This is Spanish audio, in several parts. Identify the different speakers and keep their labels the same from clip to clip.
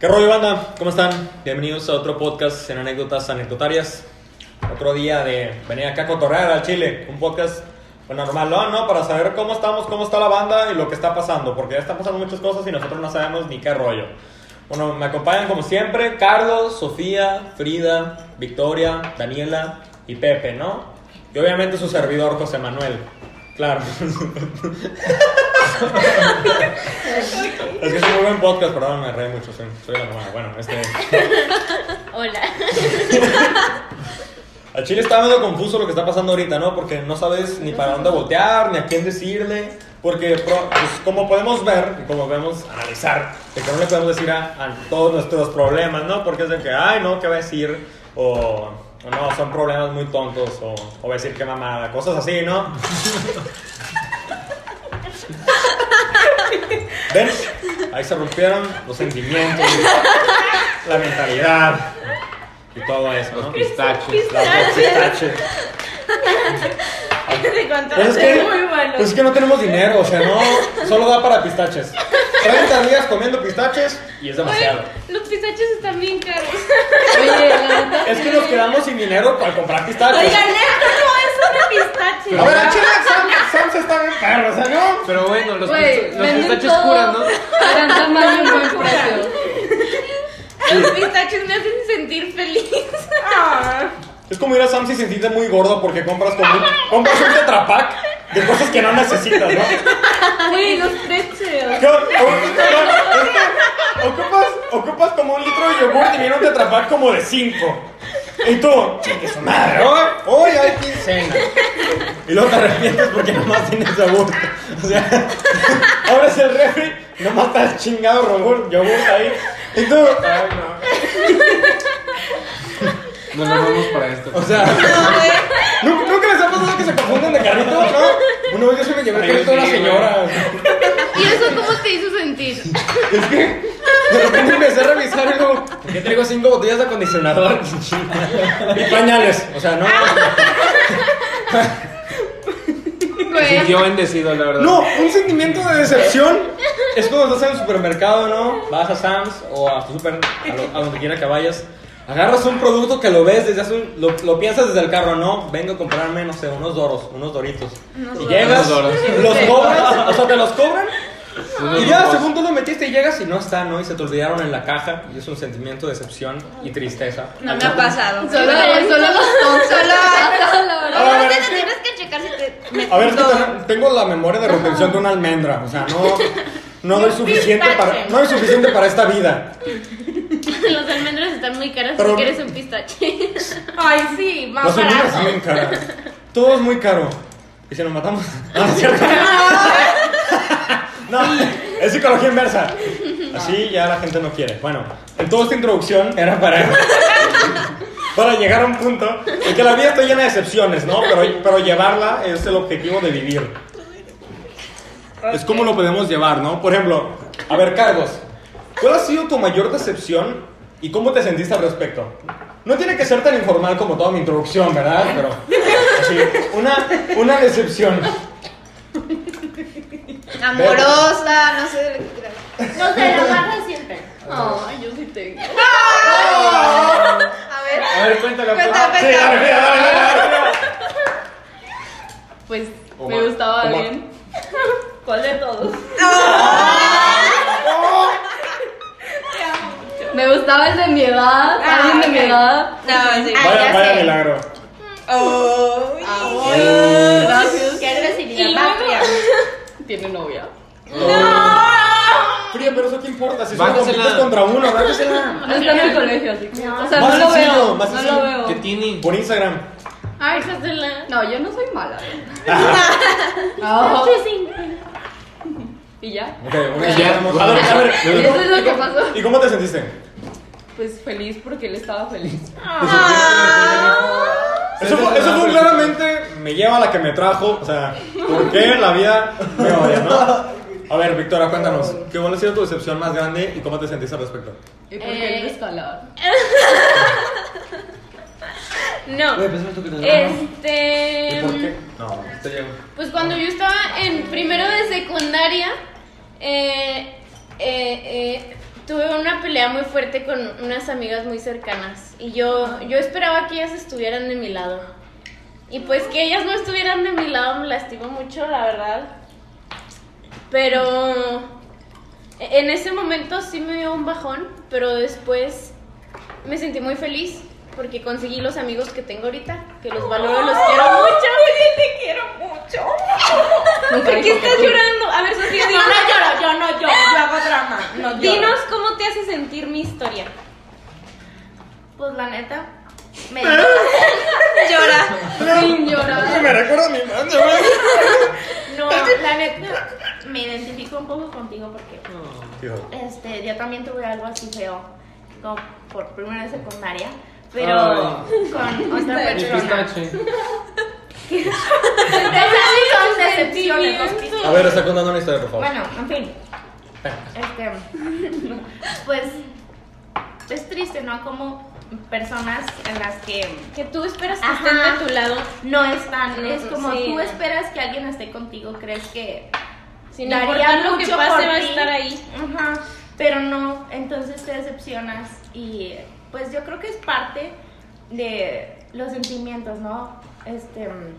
Speaker 1: ¿Qué rollo, banda? ¿Cómo están? Bienvenidos a otro podcast en anécdotas anecdotarias. Otro día de venir acá a cotorrear al Chile. Un podcast bueno, normal, no, no, para saber cómo estamos, cómo está la banda y lo que está pasando. Porque ya están pasando muchas cosas y nosotros no sabemos ni qué rollo. Bueno, me acompañan como siempre Carlos, Sofía, Frida, Victoria, Daniela y Pepe, ¿no? Y obviamente su servidor José Manuel. Claro. Es que es un muy buen podcast, perdón, me reí mucho, soy, soy la mamá. Bueno, este.
Speaker 2: Hola.
Speaker 1: Al chile está medio confuso lo que está pasando ahorita, ¿no? Porque no sabes ni para dónde voltear, ni a quién decirle. Porque, pro- pues, como podemos ver, y como podemos analizar, de que no le podemos decir a, a todos nuestros problemas, ¿no? Porque es de que, ay, no, ¿qué va a decir? O, o no, son problemas muy tontos. O, o va a decir qué mamada, cosas así, ¿no? ¿Ven? Ahí se rompieron los sentimientos, la mentalidad y todo eso, ¿no?
Speaker 3: pistaches.
Speaker 1: Las dos pistaches.
Speaker 2: Te
Speaker 1: Pues es,
Speaker 2: contaste
Speaker 1: que,
Speaker 2: muy bueno.
Speaker 1: pues es que no tenemos dinero, o sea, no, solo da para pistaches. 30 días comiendo pistaches y es demasiado.
Speaker 2: Güey, los pistaches están bien caros.
Speaker 4: Oye, la neta.
Speaker 1: Es que nos quedamos sin dinero para comprar pistaches.
Speaker 2: Oigan, esto no es una pistache.
Speaker 1: A ver, al chile, Sam, Sam se está bien perro, o sea, ¿no?
Speaker 3: Pero bueno, los,
Speaker 4: Güey,
Speaker 3: pista- los
Speaker 4: venden
Speaker 3: pistachos
Speaker 4: todo.
Speaker 3: curan, ¿no?
Speaker 4: Gran tamaño y buen precio.
Speaker 2: Los pistaches me hacen sentir feliz.
Speaker 1: Es como ir a Sam si se siente muy gordo porque compras, como un- compras un tetrapack de cosas que no necesitas, ¿no?
Speaker 4: Güey, los pretzels.
Speaker 1: ¿Qué- o- o- o- Ocupas, ocupas como un litro de yogur y viene un tetrapack como de 5. Y tú, chingue su madre, hoy, hoy hay quincena. Y luego te arrepientes porque nomás tienes yogur. O sea, abres el refri, nomás estás chingado yogur, yogur ahí. Y tú, ay no.
Speaker 3: No nos vamos para esto.
Speaker 1: O sea, ¿nu- ¿nunca les ha pasado que se confunden de carrito? No, una vez yo se me llevé el
Speaker 3: Ay,
Speaker 1: carrito de una
Speaker 3: sí, güey.
Speaker 1: señora.
Speaker 2: ¿Y eso cómo te hizo sentir?
Speaker 1: Es que de repente empecé a revisar y luego, ¿por qué traigo cinco botellas de acondicionador? y pañales. O sea, no.
Speaker 3: Me
Speaker 2: Güey.
Speaker 3: sintió bendecido, la verdad.
Speaker 1: No, un sentimiento de decepción es cuando estás en el supermercado, ¿no? Vas a Sam's o a tu super, a, lo- a donde quiera que vayas. Agarras un producto que lo ves desde hace un, lo, lo piensas desde el carro, ¿no? Vengo a comprarme, no sé, unos doros, unos doritos.
Speaker 2: Unos
Speaker 1: y
Speaker 2: Doros.
Speaker 1: llegas,
Speaker 3: Unos Doros.
Speaker 1: los cobras, o sea, te los cobran
Speaker 3: Unos
Speaker 1: Y ya,
Speaker 3: locos.
Speaker 1: según tú lo metiste y llegas y no está, ¿no? Y se te olvidaron en la caja y es un sentimiento de decepción y tristeza.
Speaker 5: No me ha pasado.
Speaker 4: Solo, solo los tontos.
Speaker 5: Solo-
Speaker 1: A ver, a ver,
Speaker 5: Aparte
Speaker 1: es
Speaker 5: te
Speaker 1: que-
Speaker 5: tienes que checar si te metí
Speaker 1: A ver, es que
Speaker 5: todo.
Speaker 1: tengo- tengo la memoria de retención de una almendra, o sea, no, no doy
Speaker 5: Un
Speaker 1: suficiente para,
Speaker 5: pistache.
Speaker 1: no doy suficiente para esta vida.
Speaker 2: Los almendros están muy caros
Speaker 1: Pero-
Speaker 2: si quieres un pistache.
Speaker 5: Ay, sí, más
Speaker 1: Las almendras
Speaker 5: barato.
Speaker 1: son bien caras. Todo es muy caro. ¿Y si nos matamos? Ah, No, no es cierto. No, es psicología inversa. Así ya la gente no quiere. Bueno, en toda esta introducción era para, para llegar a un punto en que la vida está llena de excepciones, ¿no? Pero, pero llevarla es el objetivo de vivir. Es como lo podemos llevar, ¿no? Por ejemplo, a ver, Carlos, ¿cuál ha sido tu mayor decepción y cómo te sentiste al respecto? No tiene que ser tan informal como toda mi introducción, ¿verdad? Pero así, una, una decepción.
Speaker 5: Amorosa, no sé de lo que quieras.
Speaker 2: No sé, lo más reciente.
Speaker 4: Ay, yo sí tengo.
Speaker 5: A ver.
Speaker 3: A ver, cuéntala. pues.
Speaker 5: Cuenta,
Speaker 1: Sí,
Speaker 5: cuenta.
Speaker 1: dale, mira, dale, dale, dale, dale.
Speaker 4: Pues
Speaker 1: Omar,
Speaker 4: me gustaba
Speaker 1: Omar.
Speaker 4: alguien. ¿Cuál de todos?
Speaker 1: ¡Ah!
Speaker 4: Me gustaba el de mi edad,
Speaker 5: Ah,
Speaker 4: alguien de
Speaker 5: ok.
Speaker 4: mi edad.
Speaker 5: No, sí.
Speaker 2: Ah,
Speaker 1: Vaya,
Speaker 2: ya
Speaker 1: vaya
Speaker 2: sé.
Speaker 1: milagro.
Speaker 5: Ay.
Speaker 4: Gracias.
Speaker 2: Qué agresividad
Speaker 5: Y
Speaker 2: más
Speaker 5: luego-
Speaker 4: Tiene novia.
Speaker 1: Fría, pero eso qué importa, si solo
Speaker 3: Bájasela.
Speaker 1: compites contra uno, bájasela.
Speaker 4: No está en el colegio, así que. O sea,
Speaker 1: Más
Speaker 4: no lo
Speaker 1: sencillo,
Speaker 4: veo.
Speaker 1: más
Speaker 4: No
Speaker 1: sencillo.
Speaker 4: lo veo.
Speaker 3: ¿Qué tiene?
Speaker 1: Por Instagram.
Speaker 2: Ay, Josela.
Speaker 4: No, yo no soy mala. ¿eh?
Speaker 2: No.
Speaker 4: Ah, Y ya.
Speaker 1: Ok, ok,
Speaker 3: Ya.
Speaker 1: ya estamos. A ver, a ver.
Speaker 4: Eso es lo que pasó.
Speaker 1: ¿Y cómo te sentiste?
Speaker 4: Pues feliz porque él estaba feliz.
Speaker 2: Ah.
Speaker 1: Eso fue, eso fue claramente me lleva a la que me trajo. O sea, ¿por qué la vida me odia, no? A ver, Victoria, cuéntanos. ¿Qué cuál ha sido tu decepción más grande y cómo te sentiste al respecto?
Speaker 4: Y
Speaker 2: Eh.
Speaker 4: porque él no está al lado.
Speaker 2: No. Este.
Speaker 1: ¿Y por qué? Ah, No, te llevo.
Speaker 2: Pues cuando yo estaba en primero de secundaria, eh, eh, eh, tuve una pelea muy fuerte con unas amigas muy cercanas y yo, yo esperaba que ellas estuvieran de mi lado. Y pues que ellas no estuvieran de mi lado me lastimó mucho, la verdad. Pero en ese momento sí me dio un bajón, pero después me sentí muy feliz porque conseguí los amigos que tengo ahorita, que los valoro, los quiero mucho.
Speaker 5: te quiero mucho.
Speaker 4: Nunca
Speaker 2: ¿Por qué
Speaker 4: dijo que
Speaker 2: estás
Speaker 4: tú.
Speaker 2: llorando? A ver, Sofía, dinos,
Speaker 5: lloro, yo no lloro, yo hago drama. No
Speaker 2: dinos cómo te hace sentir mi historia.
Speaker 5: Pues la neta, me llora.
Speaker 4: Sin llorar.
Speaker 1: Me recuerda a mi madre, güey.
Speaker 5: No, la neta, me identifico un poco contigo porque
Speaker 1: Hijo.
Speaker 5: este, yo también tuve algo así feo, como por primera vez secundaria, pero
Speaker 3: Ay.
Speaker 5: con otra
Speaker 3: Mi
Speaker 5: persona.
Speaker 3: pistache.
Speaker 5: Ustedes saben, son decepciones, los
Speaker 2: Sentimientos.
Speaker 1: A ver, está contando una historia, por favor.
Speaker 5: Bueno, en fin. Este, pues es triste, ¿no? Como personas en las que
Speaker 2: Que tú esperas que
Speaker 5: Ajá.
Speaker 2: estén de tu lado.
Speaker 5: no están,
Speaker 2: No,
Speaker 5: es como
Speaker 2: sí.
Speaker 5: tú esperas que alguien esté contigo, crees que
Speaker 2: Sin
Speaker 5: daría
Speaker 2: importar lo que
Speaker 5: mucho
Speaker 2: pase,
Speaker 5: por
Speaker 2: va a
Speaker 5: ti.
Speaker 2: estar ahí.
Speaker 5: Ajá, pero no, entonces te decepcionas y pues yo creo que es parte de los sentimientos, ¿no? Este, mm,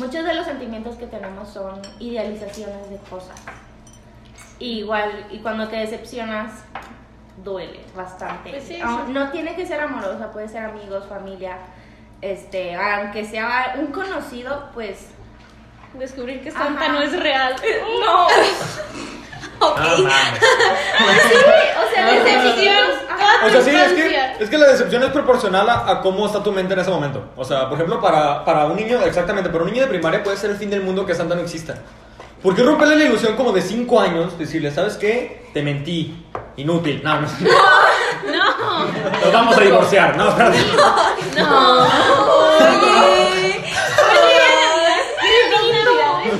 Speaker 5: muchos de los sentimientos que tenemos son idealizaciones de cosas. Y igual, y cuando te decepcionas, duele bastante.
Speaker 2: Pues sí,
Speaker 5: Aun-
Speaker 2: sí.
Speaker 5: No tiene que ser amorosa, puede ser amigos, familia. Este, aunque sea un conocido, pues
Speaker 2: Descubrir que
Speaker 5: Ajá.
Speaker 2: Santa no es real.
Speaker 5: no.
Speaker 1: Ah, mames.
Speaker 5: O sea,
Speaker 1: Ajá.
Speaker 5: decepciones. Ajá.
Speaker 1: O sea, sí, es
Speaker 2: Infancia.
Speaker 1: que, es que la decepción es proporcional a, a cómo está tu mente en ese momento. O sea, por ejemplo, para, para un niño, exactamente, para un niño de primaria puede ser el fin del mundo que Santa no exista. ¿Por qué romperle la ilusión como de 5 años? Decirle, ¿sabes qué? Te mentí. Inútil. No, no.
Speaker 2: No,
Speaker 1: Nos vamos a divorciar. No, espérate.
Speaker 2: no. Oye.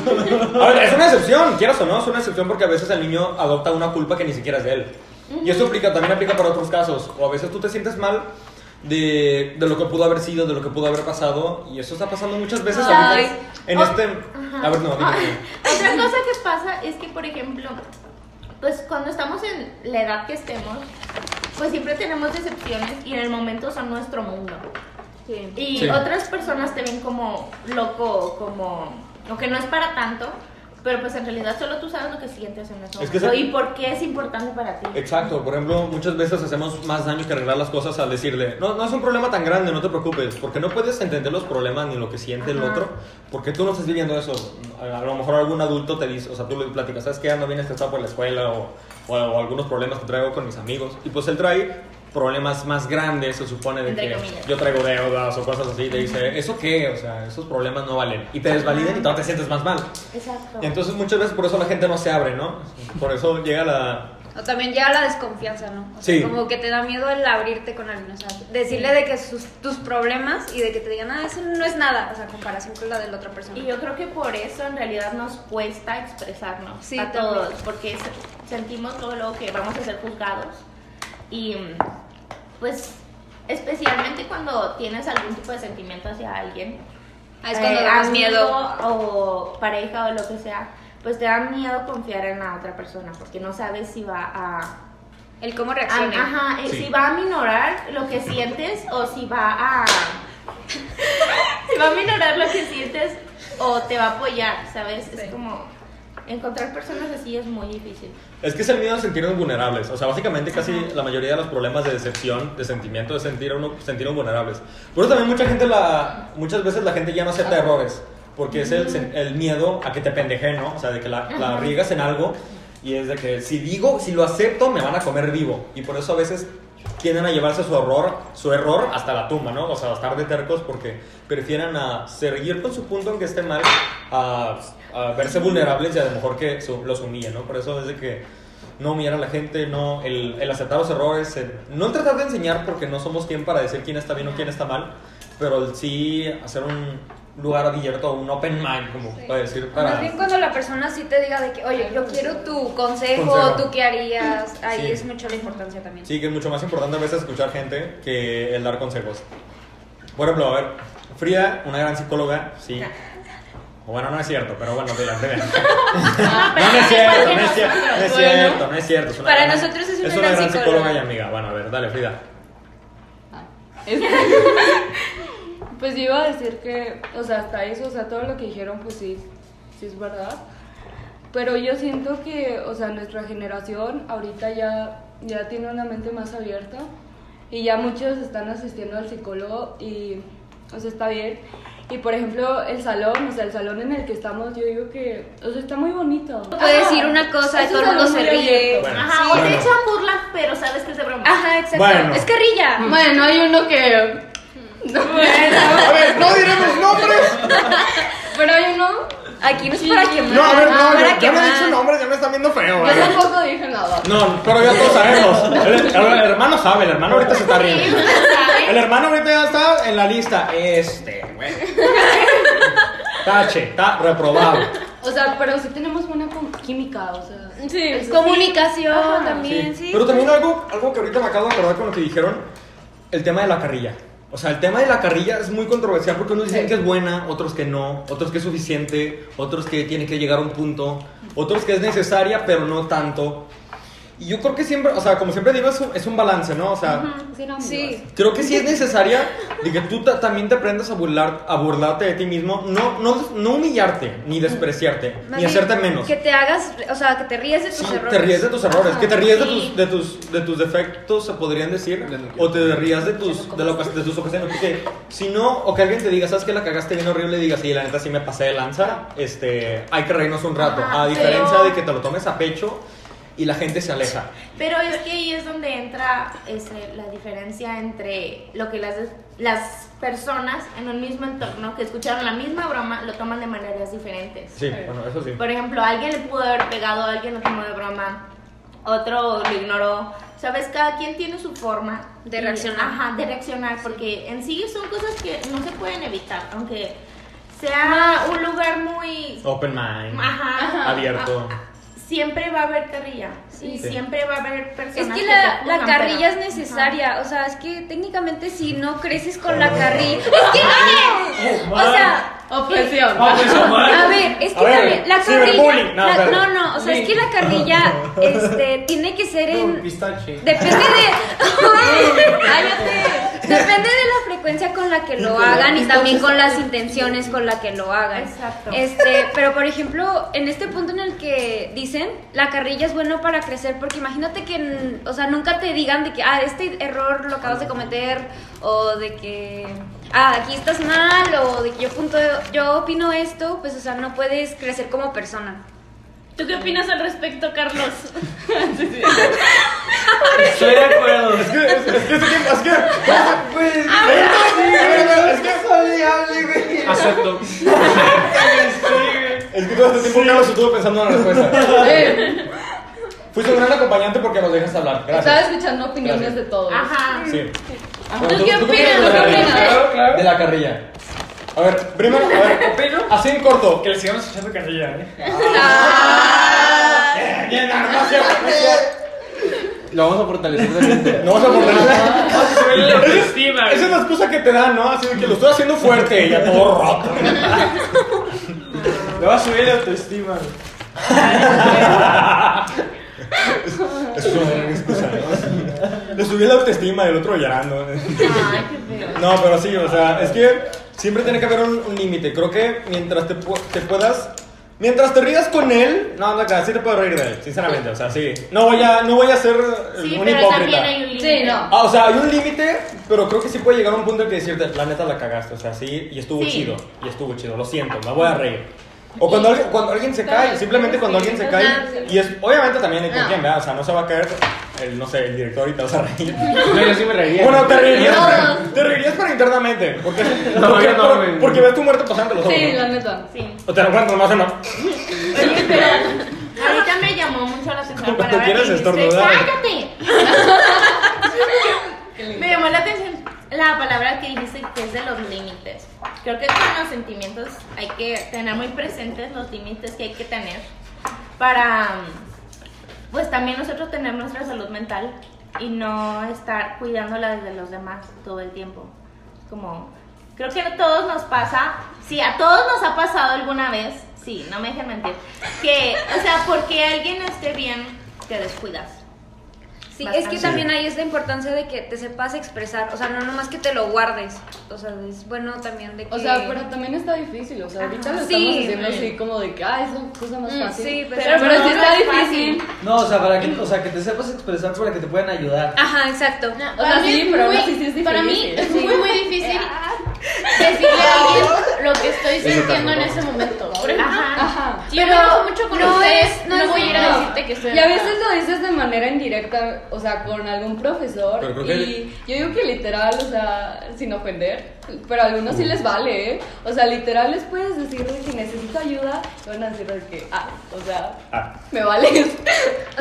Speaker 2: Oye,
Speaker 1: A ver, es una excepción, quieras o no, es una excepción porque a veces el niño adopta una culpa que ni siquiera es de él. Y eso aplica, también aplica para otros casos. O a veces tú te sientes mal de, de lo que pudo haber sido, de lo que pudo haber pasado. Y eso está pasando muchas veces ahorita
Speaker 5: Ay.
Speaker 1: en
Speaker 5: Oh,
Speaker 1: este...
Speaker 5: ajá.
Speaker 1: A ver, no, dime,
Speaker 5: Ah,
Speaker 1: dime.
Speaker 5: Otra cosa que pasa es que, por ejemplo, pues cuando estamos en la edad que estemos, pues siempre tenemos decepciones y en el momento son nuestro mundo. Y
Speaker 1: Sí.
Speaker 5: otras personas te ven como loco, como lo que no es para tanto, pero pues en realidad solo tú sabes lo que sientes en ese
Speaker 1: Es que
Speaker 5: momento
Speaker 1: se-
Speaker 5: y por qué es importante para ti.
Speaker 1: Exacto, por ejemplo, muchas veces hacemos más daño que arreglar las cosas al decirle, no, no es un problema tan grande, no te preocupes, porque no puedes entender los problemas ni lo que siente el
Speaker 5: Ajá.
Speaker 1: otro, porque tú no estás viviendo eso. A, a lo mejor algún adulto te dice, o sea, tú le platicas, ¿sabes qué? Ando bien estresado por la escuela o, o- o algunos problemas que traigo con mis amigos, y pues él trae problemas más grandes, se supone, de
Speaker 5: Entre
Speaker 1: que
Speaker 5: comillas.
Speaker 1: yo traigo deudas o cosas así, y te dice, ¿eso qué? O sea, esos problemas no valen, y te desvalidan y todavía te sientes más mal.
Speaker 5: Exacto.
Speaker 1: Y entonces muchas veces por eso la gente no se abre, ¿no? Por eso llega la,
Speaker 6: O también ya la desconfianza, ¿no? O sea,
Speaker 1: Sí.
Speaker 6: como que te da miedo el abrirte con alguien, o sea, decirle de que sus, tus problemas y de que te digan, ah, eso no es nada, o sea, comparación con la de la otra persona.
Speaker 5: Y yo creo que por eso en realidad nos cuesta expresarnos
Speaker 6: Sí,
Speaker 5: a
Speaker 6: también.
Speaker 5: todos, porque se- sentimos todo lo que vamos a ser juzgados y mm, pues especialmente cuando tienes algún tipo de sentimiento hacia alguien,
Speaker 6: Ah, es cuando
Speaker 5: eh,
Speaker 6: das
Speaker 5: amigo
Speaker 6: miedo.
Speaker 5: o pareja o lo que sea, pues te da miedo confiar en la otra persona porque no sabes si va a
Speaker 6: El cómo
Speaker 5: Ah,
Speaker 6: reacciona.
Speaker 5: Ajá, eh,
Speaker 1: Sí.
Speaker 5: si va a minorar lo que sientes o si va a. si va a minorar lo que sientes o te va a apoyar, ¿sabes? Es como. Encontrar personas así es muy difícil.
Speaker 1: Es que es el miedo a sentirnos vulnerables. O sea, básicamente casi la mayoría de los problemas de decepción, de sentimiento, de sentir a uno, sentirnos vulnerables. Por eso también mucha gente la, muchas veces la gente ya no acepta errores. Porque es el, sen- el miedo a que te pendejen, ¿no? O sea, de que la, la riegas en algo y es de que si digo, si lo acepto, me van a comer vivo. Y por eso a veces tienden a llevarse su error, su error hasta la tumba, ¿no? O sea, a estar de tercos porque prefieren a seguir con su punto aunque esté mal, a, a verse vulnerables y a lo mejor que su- los humilla, ¿no? Por eso es de que no humillar a la gente, no, el, el aceptar los errores, el- no el tratar de enseñar porque no somos quien para decir quién está bien o quién está mal, pero el sí hacer un lugar abierto, un open mind, como
Speaker 6: Sí.
Speaker 1: puede decir, para...
Speaker 6: Más bien cuando la persona sí te diga de que, oye, yo quiero tu consejo,
Speaker 1: Consejo.
Speaker 6: tú qué harías, ahí
Speaker 1: Sí.
Speaker 6: es mucho la importancia también.
Speaker 1: Sí, que es mucho más importante a veces escuchar gente que el dar consejos. Por ejemplo, a ver, Frida, una gran psicóloga, sí. O Bueno, no es cierto, pero bueno, mira, mira.
Speaker 2: pero
Speaker 1: No, no es
Speaker 2: igual
Speaker 1: cierto,
Speaker 2: que
Speaker 1: no es cierto,
Speaker 2: nosotros,
Speaker 1: no es
Speaker 2: bueno.
Speaker 1: cierto, no es cierto. es una
Speaker 6: Para
Speaker 1: gran-
Speaker 6: nosotros es una
Speaker 1: es una
Speaker 6: gran
Speaker 1: gran psicóloga
Speaker 6: psicóloga.
Speaker 1: y amiga. Bueno, a ver, dale, Frida.
Speaker 4: Pues yo iba a decir que, o sea, hasta eso, o sea, todo lo que dijeron, pues sí, sí es verdad. Pero yo siento que, o sea, nuestra generación ahorita ya, ya tiene una mente más abierta y ya muchos están asistiendo al psicólogo y, o sea, está bien. Y por ejemplo, el salón, o sea, el salón en el que estamos, yo digo que, o sea, está muy bonito.
Speaker 6: Puedes decir una cosa y
Speaker 4: Es
Speaker 6: todo
Speaker 4: un
Speaker 6: el mundo
Speaker 4: salón
Speaker 6: se
Speaker 4: muy
Speaker 6: ríe.
Speaker 4: abierto.
Speaker 5: Ajá, o te
Speaker 1: Bueno.
Speaker 5: echan burla, pero sabes que es de broma.
Speaker 6: Ajá, exacto.
Speaker 1: Bueno.
Speaker 6: Es carrilla.
Speaker 4: Bueno, hay uno que...
Speaker 1: A ver, no diremos nombres.
Speaker 4: Pero hay uno...
Speaker 6: Aquí no es para quemar.
Speaker 1: No, a ver, no, ya,
Speaker 6: para
Speaker 1: ya no he
Speaker 6: quemar.
Speaker 1: dicho nombres, ya me están viendo feo.
Speaker 4: Yo
Speaker 1: güey.
Speaker 4: tampoco dije nada.
Speaker 1: No, pero ya todos sabemos. El, el- el hermano sabe, el hermano ahorita se está riendo. El hermano ahorita ya está en la lista. Este, güey. Tache, está reprobado.
Speaker 4: O sea, pero sí tenemos buena com- química, o sea...
Speaker 2: Sí,
Speaker 4: eso
Speaker 6: Comunicación
Speaker 4: Ajá,
Speaker 6: también, sí.
Speaker 1: Pero también algo, algo que ahorita me acabo de acordar con lo que dijeron, el tema de la carrilla. O sea, el tema de la carrilla es muy controversial porque unos dicen
Speaker 4: Sí.
Speaker 1: que es buena, otros que no, otros que es suficiente, otros que tiene que llegar a un punto, otros que es necesaria pero no tanto. Y yo creo que siempre, o sea, como siempre digo, es un, es un balance, ¿no? O sea,
Speaker 6: Sí.
Speaker 1: Creo que sí es necesaria de que tú ta- también te aprendas a burlar, a burlarte de ti mismo, no, no, no humillarte, ni despreciarte,
Speaker 6: Más
Speaker 1: ni
Speaker 6: bien,
Speaker 1: hacerte menos.
Speaker 6: Que te hagas, o sea, que te ríes de tus
Speaker 1: Sí,
Speaker 6: errores.
Speaker 1: te ríes de tus errores, que te ríes
Speaker 5: Ah,
Speaker 1: de tus,
Speaker 6: Sí.
Speaker 1: de tus, de tus defectos, se podrían decir,
Speaker 3: De lo que-
Speaker 1: o te rías de tus, de, lo que- de tus ocasiones, porque si no, o que alguien te diga, sabes que la cagaste bien horrible, y digas, sí, la neta sí me pasé de lanza, este, hay que reírnos un rato,
Speaker 5: Ajá,
Speaker 1: a diferencia
Speaker 5: pero-
Speaker 1: de que te lo tomes a pecho y la gente se aleja.
Speaker 5: Pero es que ahí es donde entra este, la diferencia entre lo que las, las personas en un mismo entorno que escucharon la misma broma lo toman de maneras diferentes.
Speaker 1: Sí, bueno, eso sí.
Speaker 5: Por ejemplo, alguien le pudo haber pegado, alguien lo tomó de broma, otro lo ignoró. Sabes, cada quien tiene su forma
Speaker 6: De
Speaker 5: y-
Speaker 6: reaccionar.
Speaker 5: Ajá, de reaccionar, porque en sí son cosas que no se pueden evitar, aunque sea un lugar muy...
Speaker 1: Open mind,
Speaker 5: Ajá,
Speaker 1: abierto.
Speaker 5: Siempre va a haber carrilla
Speaker 1: Sí.
Speaker 5: y siempre va a haber
Speaker 6: Es
Speaker 5: personas
Speaker 6: que la,
Speaker 5: te
Speaker 6: la
Speaker 5: juzgan,
Speaker 6: carrilla es
Speaker 5: pero-
Speaker 6: necesaria, o sea, es que técnicamente si no creces con
Speaker 1: Oh.
Speaker 6: la carrilla... ¡Es que también! O sea,
Speaker 4: Opresión.
Speaker 6: a ver, es que
Speaker 1: A ver,
Speaker 6: también la carrilla...
Speaker 1: ciberbullying. No,
Speaker 6: la-
Speaker 1: espérate.
Speaker 6: no, no, o sea, es que la carrilla este, tiene que ser
Speaker 3: No,
Speaker 6: en...
Speaker 3: pistache.
Speaker 6: Depende de... ¡Cállate! Depende de la frecuencia con la que lo hagan y también con las intenciones con la que lo hagan.
Speaker 5: Exacto.
Speaker 6: Este, pero por ejemplo, en este punto en el que dicen, la carrilla es bueno para crecer, porque imagínate que, mm, o sea, nunca te digan de que, ah, este error lo acabas de cometer, o de que, ah, aquí estás mal, o de que yo, punto, yo opino esto, pues, o sea, no puedes crecer como persona.
Speaker 2: ¿Tú qué opinas al respecto, Carlos?
Speaker 3: Estoy de acuerdo.
Speaker 1: Es que, es, es que ese tiempo, es que.
Speaker 5: Ah,
Speaker 1: Pues, es que
Speaker 3: Acepto.
Speaker 1: Es que todo este tiempo Carlos estuvo pensando en la respuesta.
Speaker 4: Eh,
Speaker 1: Fuiste un gran acompañante porque nos dejas hablar.
Speaker 4: estaba
Speaker 1: Gracias.
Speaker 4: escuchando opiniones
Speaker 1: Gracias.
Speaker 4: de todos.
Speaker 5: Ajá.
Speaker 1: Sí.
Speaker 4: Ajá.
Speaker 1: Bueno,
Speaker 2: ¿Tú qué opinas?
Speaker 1: de la
Speaker 2: ¿Tú qué
Speaker 1: carrilla?
Speaker 2: opinas?
Speaker 3: Claro, claro.
Speaker 1: De la carrilla. A ver, primero, a ver, opino. Así en corto.
Speaker 7: Que le sigamos echando carrilla, ¿eh?
Speaker 1: Bien, bien, no, no es cierto, no es cierto.
Speaker 3: Lo vamos a fortalecer de mente.
Speaker 1: No vas a morder.
Speaker 7: Se ve la autoestima.
Speaker 1: Esa es la excusa que te dan, ¿no? Así de que lo estoy haciendo fuerte y a todo roto.
Speaker 7: Le va a subir la autoestima.
Speaker 1: Es una gran excusa, ¿no? Le subí la autoestima y el otro llorando.
Speaker 5: Ay, qué feo.
Speaker 1: No, pero sí, o sea, es que siempre tiene que haber un, un límite. Creo que mientras te, pu- te puedas. Mientras te rías con él, no, no, sí te puedo reír de él, sinceramente, o sea, sí. No voy a, no voy a ser eh,
Speaker 5: Sí,
Speaker 1: un
Speaker 5: pero
Speaker 1: hipócrita.
Speaker 5: también hay un límite.
Speaker 4: Sí, no.
Speaker 1: Ah, o sea, hay un límite, pero creo que sí puede llegar a un punto en que decirte, la neta la cagaste, o sea, sí, y estuvo
Speaker 5: Sí.
Speaker 1: chido, y estuvo chido, lo siento, me voy a reír. O cuando alguien, cuando alguien se cae, simplemente cuando alguien se cae, y es, obviamente también hay con
Speaker 4: No.
Speaker 1: quién, ¿verdad? O sea, no se va a caer el, no sé, el director y te vas a reír.
Speaker 3: No, yo sí me reiría.
Speaker 1: Bueno, te reirías,
Speaker 4: Todos.
Speaker 1: te reirías pero internamente, porque,
Speaker 3: No,
Speaker 1: porque,
Speaker 3: yo no,
Speaker 1: por-
Speaker 3: güey.
Speaker 1: porque ves tu muerte pasando los ojos.
Speaker 4: Sí,
Speaker 1: ¿no?
Speaker 4: la neta.
Speaker 5: Sí.
Speaker 1: O te lo encuentras, no sé, no.
Speaker 5: Oye, pero ahorita me llamó mucho la atención
Speaker 1: Cuando
Speaker 5: para ver.
Speaker 1: quieras
Speaker 5: dijiste,
Speaker 1: estornudar.
Speaker 5: ¡Cállate! me llamó la atención la palabra que dijiste que es de los límites. Creo que con los sentimientos hay que tener muy presentes los límites que hay que tener para, pues también nosotros tener nuestra salud mental y no estar cuidándola de los demás todo el tiempo. Como Creo que a todos nos pasa, sí, a todos nos ha pasado alguna vez, sí, no me dejen mentir, que, o sea, porque alguien esté bien, te descuidas.
Speaker 6: Sí,
Speaker 5: Bastante.
Speaker 6: es que
Speaker 5: Sí.
Speaker 6: también ahí es la importancia de que te sepas expresar, o sea, no nomás que te lo guardes, o sea, es bueno también de que...
Speaker 4: O sea, pero también está difícil, o sea, ahorita lo
Speaker 6: Ajá.
Speaker 4: estamos
Speaker 6: Sí,
Speaker 4: haciendo
Speaker 6: sí.
Speaker 4: así como de que, ah, es la cosa más
Speaker 6: Mm,
Speaker 4: fácil.
Speaker 6: sí, pero-
Speaker 4: pero,
Speaker 2: pero
Speaker 4: sí
Speaker 2: no
Speaker 4: está
Speaker 2: es fácil.
Speaker 4: difícil.
Speaker 8: No, o sea, para que, o sea, que te sepas expresar para que te puedan ayudar.
Speaker 6: Ajá, exacto.
Speaker 2: No,
Speaker 4: O
Speaker 2: para
Speaker 4: sea,
Speaker 2: mí
Speaker 4: sí,
Speaker 2: es
Speaker 4: pero aún
Speaker 2: muy-
Speaker 4: así sí es
Speaker 2: Para mí
Speaker 4: difícil.
Speaker 2: es muy, muy difícil decirle a alguien lo que estoy sintiendo en ese momento. Por ejemplo,
Speaker 4: Ajá.
Speaker 2: si yo me enojo mucho con
Speaker 6: no
Speaker 2: ustedes,
Speaker 6: es- no
Speaker 2: no,
Speaker 6: es-
Speaker 2: voy a ir
Speaker 4: no.
Speaker 2: a decirte que estoy
Speaker 4: Y a
Speaker 2: enojada.
Speaker 4: veces lo dices de manera indirecta, o sea, con algún profesor.
Speaker 1: Pero creo que-
Speaker 4: y yo digo que literal, o sea, sin ofender, pero a algunos sí les vale, ¿eh? O sea, literal les puedes decir de que necesito ayuda, y van a decir de que, ah, o sea,
Speaker 1: Ah.
Speaker 4: me vales.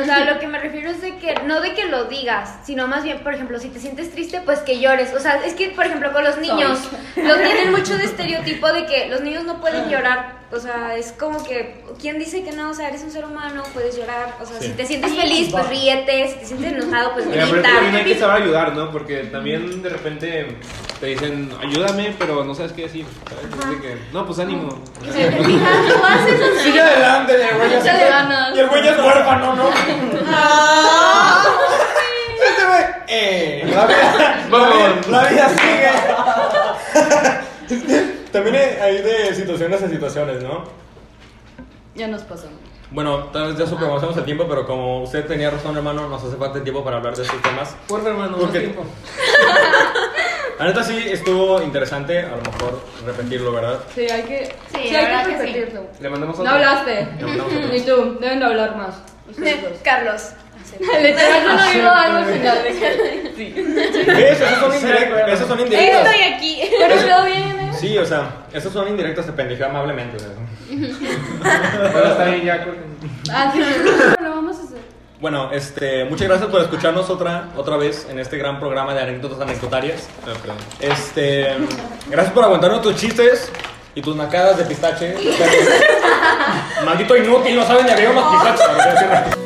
Speaker 6: O sea, lo que me refiero es de que, no de que lo digas, sino más bien, por ejemplo, si te sientes triste, pues que llores. O sea, es que, por ejemplo, con los niños, lo tienen mucho de estereotipo de que los niños no pueden llorar. O sea, es como que, ¿quién dice que no? O sea, eres un ser humano, puedes llorar. O sea,
Speaker 1: Sí.
Speaker 6: si te sientes feliz, pues ríete. Si te sientes enojado, pues
Speaker 3: Mira, pero también hay que
Speaker 6: grita.
Speaker 3: saber ayudar, ¿no? Porque también de repente te dicen, ayúdame, pero no sabes qué decir. ¿sabes? Es de que, no, pues ánimo.
Speaker 5: Y si te fijas, tú haces así.
Speaker 1: Sigue adelante, el güey ya se-
Speaker 4: Échale ganas. Ah.
Speaker 1: Y el güey ya es huérfano, ¿no? Este güey. Eh, la vida.
Speaker 3: Vamos.
Speaker 1: La vida sigue. También hay de situaciones a situaciones, ¿no?
Speaker 4: Ya nos pasó.
Speaker 1: Bueno, tal vez ya superamos el tiempo, pero como usted tenía razón, hermano, nos hace falta el tiempo para hablar de estos temas.
Speaker 3: Porfa, hermano,
Speaker 1: ¿Por
Speaker 3: más
Speaker 1: qué?
Speaker 3: tiempo.
Speaker 1: La neta sí estuvo interesante, a lo mejor repetirlo, ¿verdad?
Speaker 4: Sí, hay que,
Speaker 5: Sí,
Speaker 4: sí,
Speaker 5: la
Speaker 4: hay
Speaker 5: verdad
Speaker 4: que
Speaker 5: que sí.
Speaker 4: repetirlo.
Speaker 3: Le mandamos
Speaker 4: No
Speaker 3: otro.
Speaker 4: hablaste.
Speaker 1: Le mandamos otro.
Speaker 4: Ni tú, deben de hablar más. Ustedes dos.
Speaker 6: Carlos.
Speaker 4: Literal,
Speaker 1: Ah,
Speaker 4: yo no digo algo al final de que- Sí.
Speaker 1: ¿Ves? Esas son indirectas.
Speaker 7: acuerdo.
Speaker 1: Esas son indirectas.
Speaker 6: aquí.
Speaker 4: Pero quedó bien, ¿eh?
Speaker 1: Sí, o sea, esas son indirectas, se pendejeó amablemente. o sea.
Speaker 3: Pero está bien, ya, corten.
Speaker 4: Ah, sí, sí. Lo vamos a hacer.
Speaker 1: Bueno, este, muchas gracias por escucharnos otra, otra vez en este gran programa de anécdotas anecdotarias.
Speaker 3: Ah, perdón.
Speaker 1: Este, gracias por aguantarnos tus chistes y tus nacadas de pistache. Maldito inútil, no saben ni abrir unos pistachos.